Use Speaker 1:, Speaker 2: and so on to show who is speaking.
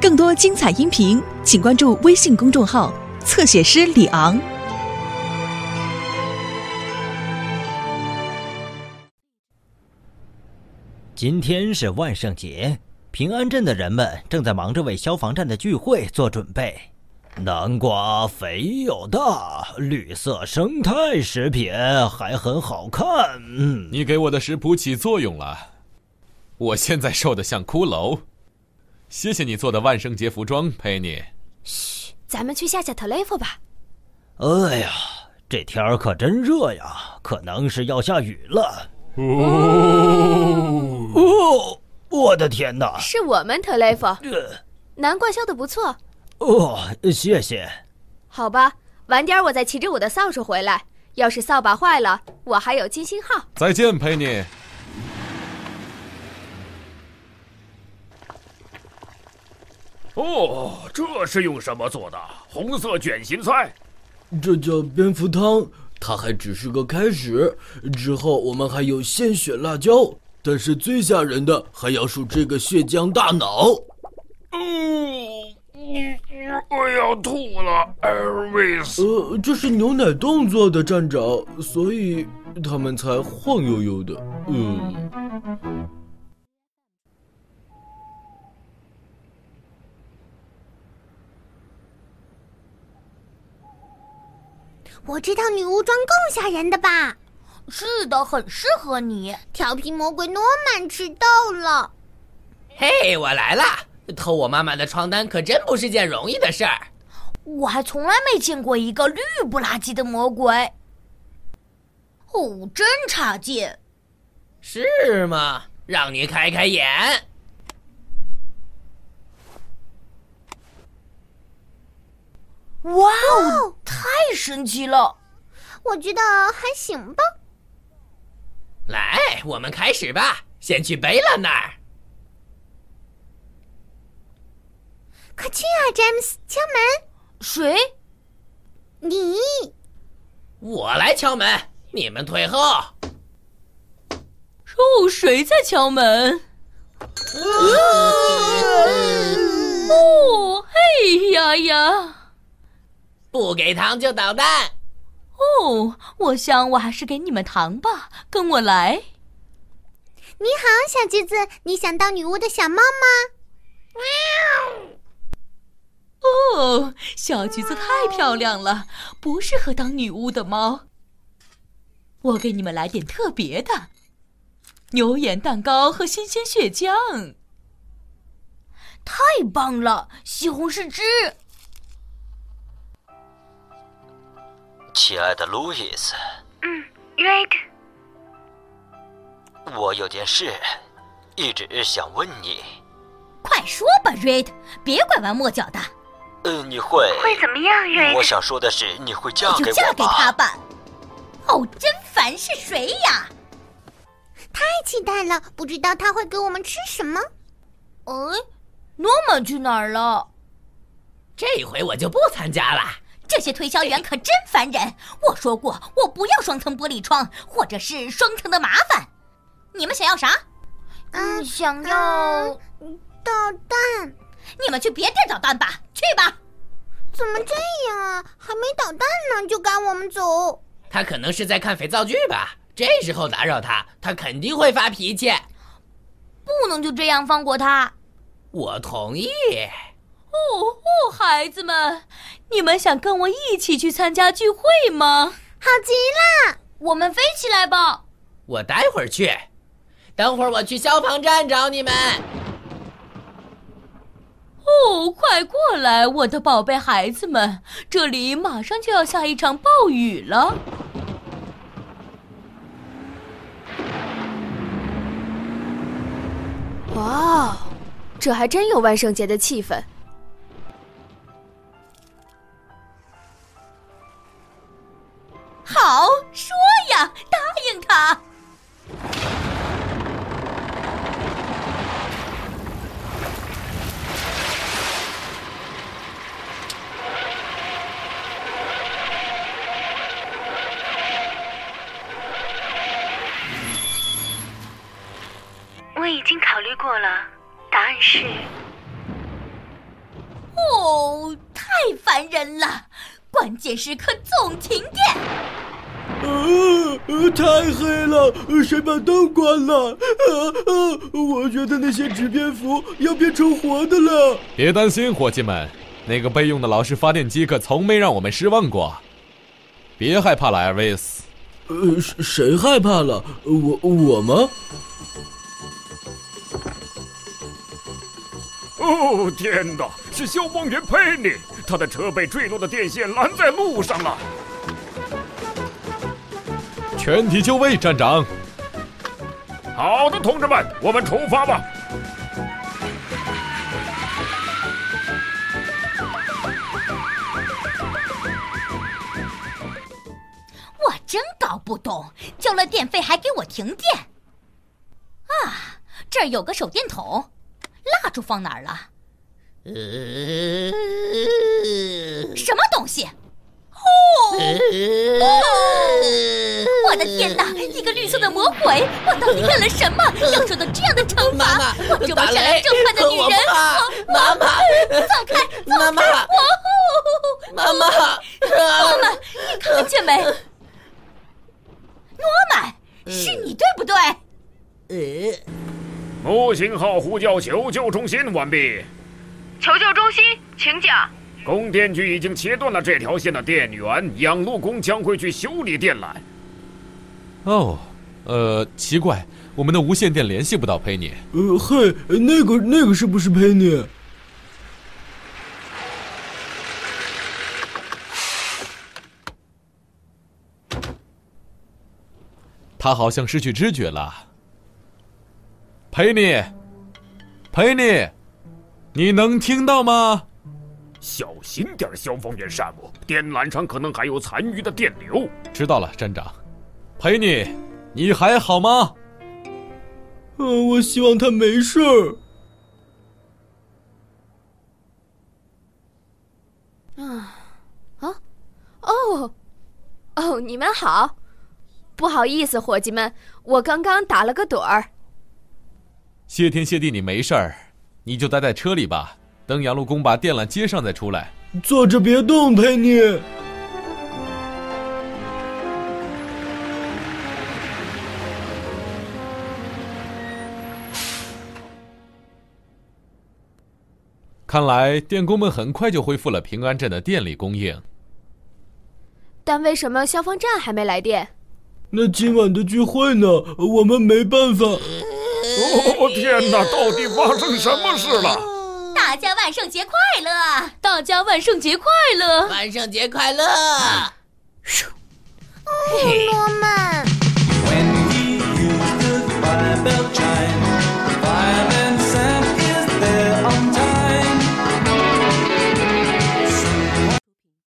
Speaker 1: 更多精彩音频，请关注微信公众号“侧写师李昂”。
Speaker 2: 今天是万圣节，平安镇的人们正在忙着为消防战的聚会做准备。南瓜肥又大，绿色生态食品还很好看。嗯，
Speaker 3: 你给我的食谱起作用了，我现在瘦得像骷髅。谢谢你做的万圣节服装，佩妮。
Speaker 4: 咱们去下下特雷弗吧。
Speaker 2: 哎呀，这天儿可真热呀，可能是要下雨了。
Speaker 3: 哦，
Speaker 2: 哦，我的天哪！
Speaker 4: 是我们特雷弗，
Speaker 2: 呃
Speaker 4: 南瓜削的不错。
Speaker 2: 哦，谢谢。
Speaker 4: 好吧，晚点我再骑着我的扫帚回来。要是扫把坏了，我还有金星号。
Speaker 3: 再见，佩妮。
Speaker 5: 哦，这是用什么做的？红色卷心菜？
Speaker 6: 这叫蝙蝠汤，它还只是个开始。之后我们还有鲜血辣椒，但是最吓人的还要数这个血浆大脑。
Speaker 5: 嗯，我要吐了，艾尔维斯。
Speaker 6: 呃，这是牛奶冻做的站长，所以他们才晃悠悠的。嗯，
Speaker 7: 我知道女巫装更吓人的吧？是的，很适合你。调皮魔鬼诺曼迟到了，
Speaker 8: 嘿，我来啦！偷我妈妈的床单可真不是件容易的事儿。
Speaker 7: 我还从来没见过一个绿不拉几的魔鬼。哦，真差劲！
Speaker 8: 是吗？让你开开眼。
Speaker 7: 哇哦，太神奇了！我觉得还行吧。
Speaker 8: 来，我们开始吧。先去贝拉那儿。
Speaker 7: 快去啊，詹姆斯！敲门。谁？你。
Speaker 8: 我来敲门，你们退后。
Speaker 9: 哦，谁在敲门？
Speaker 7: 啊
Speaker 9: 哦，嘿呀呀！
Speaker 8: 不给糖就捣蛋。
Speaker 9: 哦，我想我还是给你们糖吧，跟我来。
Speaker 7: 你好，小橘子，你想当女巫的小猫吗？
Speaker 9: 哦，小橘子太漂亮了，不适合当女巫的猫。我给你们来点特别的，牛眼蛋糕和新鲜血浆。
Speaker 7: 太棒了，西红柿汁。
Speaker 2: 亲爱的路易斯，
Speaker 10: 瑞克，
Speaker 2: 我有件事一直想问你。
Speaker 7: 快说吧，Red，别拐弯抹角的，
Speaker 2: 呃，你会？
Speaker 10: 会怎么样，瑞
Speaker 2: 我
Speaker 10: 克？
Speaker 2: 想说的是，你会嫁
Speaker 7: 那
Speaker 2: 给
Speaker 7: 就
Speaker 2: 我
Speaker 7: 嫁给
Speaker 2: 吗
Speaker 7: 他吧。哦，真烦，是谁呀？太期待了，不知道他会给我们吃什么。嗯，诺曼去哪儿了？
Speaker 8: 这回我就不参加了。
Speaker 7: 这些推销员可真烦人！我说过，我不要双层玻璃窗，或者是双层的麻烦。你们想要啥？嗯，想要捣蛋。你们去别地儿捣蛋吧，去吧。怎么这样啊？还没捣蛋呢，就赶我们走。
Speaker 8: 他可能是在看肥皂剧吧。这时候打扰他，他肯定会发脾气。
Speaker 7: 不能就这样放过他。
Speaker 8: 我同意。
Speaker 9: 哦哦，孩子们，你们想跟我一起去参加聚会吗？
Speaker 7: 好极了，我们飞起来吧！
Speaker 8: 我待会儿去，等会儿我去消防站找你们。
Speaker 9: 哦，快过来，我的宝贝孩子们，这里马上就要下一场暴雨了。
Speaker 4: 哇哦，这还真有万圣节的气氛。
Speaker 9: 好，说呀，答应他。
Speaker 10: 我已经考虑过了，答案是。
Speaker 7: 哦，太烦人了！关键时刻总停电。
Speaker 6: 呃，呃太黑了，呃谁把灯关了？呃呃，我觉得那些纸蝙蝠要变成活的了。
Speaker 3: 别担心，伙计们，那个备用的老式发电机可从没让我们失望过。别害怕了，艾维斯。
Speaker 6: 呃，谁谁害怕了？我我吗？
Speaker 5: 哦天哪！是消防员佩妮，他的车被坠落的电线拦在路上了。
Speaker 3: 全体就位，站长。
Speaker 5: 好的，同志们，我们出发吧。
Speaker 7: 我真搞不懂，交了电费还给我停电。啊，这儿有个手电筒，蜡烛放哪儿了？什么东西？哦，哦我的天
Speaker 8: 呃
Speaker 7: 哪！一个绿色的魔鬼，我到底干了什么，要受到这样的惩罚？我这么
Speaker 8: 打
Speaker 7: 善良
Speaker 8: 雷呃
Speaker 7: 正派的女
Speaker 8: 我
Speaker 7: 人，
Speaker 8: 怕
Speaker 7: 我
Speaker 8: 妈妈
Speaker 7: 我放开，
Speaker 8: 妈妈，
Speaker 7: 我
Speaker 8: 妈妈，
Speaker 7: 诺曼，你看见没？诺曼，
Speaker 8: 呃
Speaker 7: 是你对不对？
Speaker 5: 木星号呼叫求救中心完毕，
Speaker 10: 求救中心，请讲。
Speaker 5: 供电局已经切断了这条线的电源，养路工将会去修理电缆。
Speaker 3: 哦，呃，奇怪，我们的无线电联系不到佩妮。
Speaker 6: 呃，嘿，那个那个是不是佩妮？
Speaker 3: 他好像失去知觉了。佩妮，佩妮，你能听到吗？
Speaker 5: 小心点儿，消防员山姆，电缆上可能还有残余的电流。
Speaker 3: 知道了，站长。佩妮，你还好吗？
Speaker 6: 呃，我希望他没事儿。
Speaker 4: 啊啊哦哦，你们好，不好意思，伙计们，我刚刚打了个盹儿。
Speaker 3: 谢天谢地，你没事儿，你就待在车里吧，等杨路工把电缆接上再出来。
Speaker 6: 坐着别动，佩妮。
Speaker 3: 看来电工们很快就恢复了平安镇的电力供应。
Speaker 4: 但为什么消防站还没来电？
Speaker 6: 那今晚的聚会呢？我们没办法。
Speaker 5: 哦天哪，到底发生什么事了？
Speaker 7: 大家万圣节快乐！
Speaker 9: 大家万圣节快乐！
Speaker 8: 万圣节快乐！
Speaker 7: 诺曼，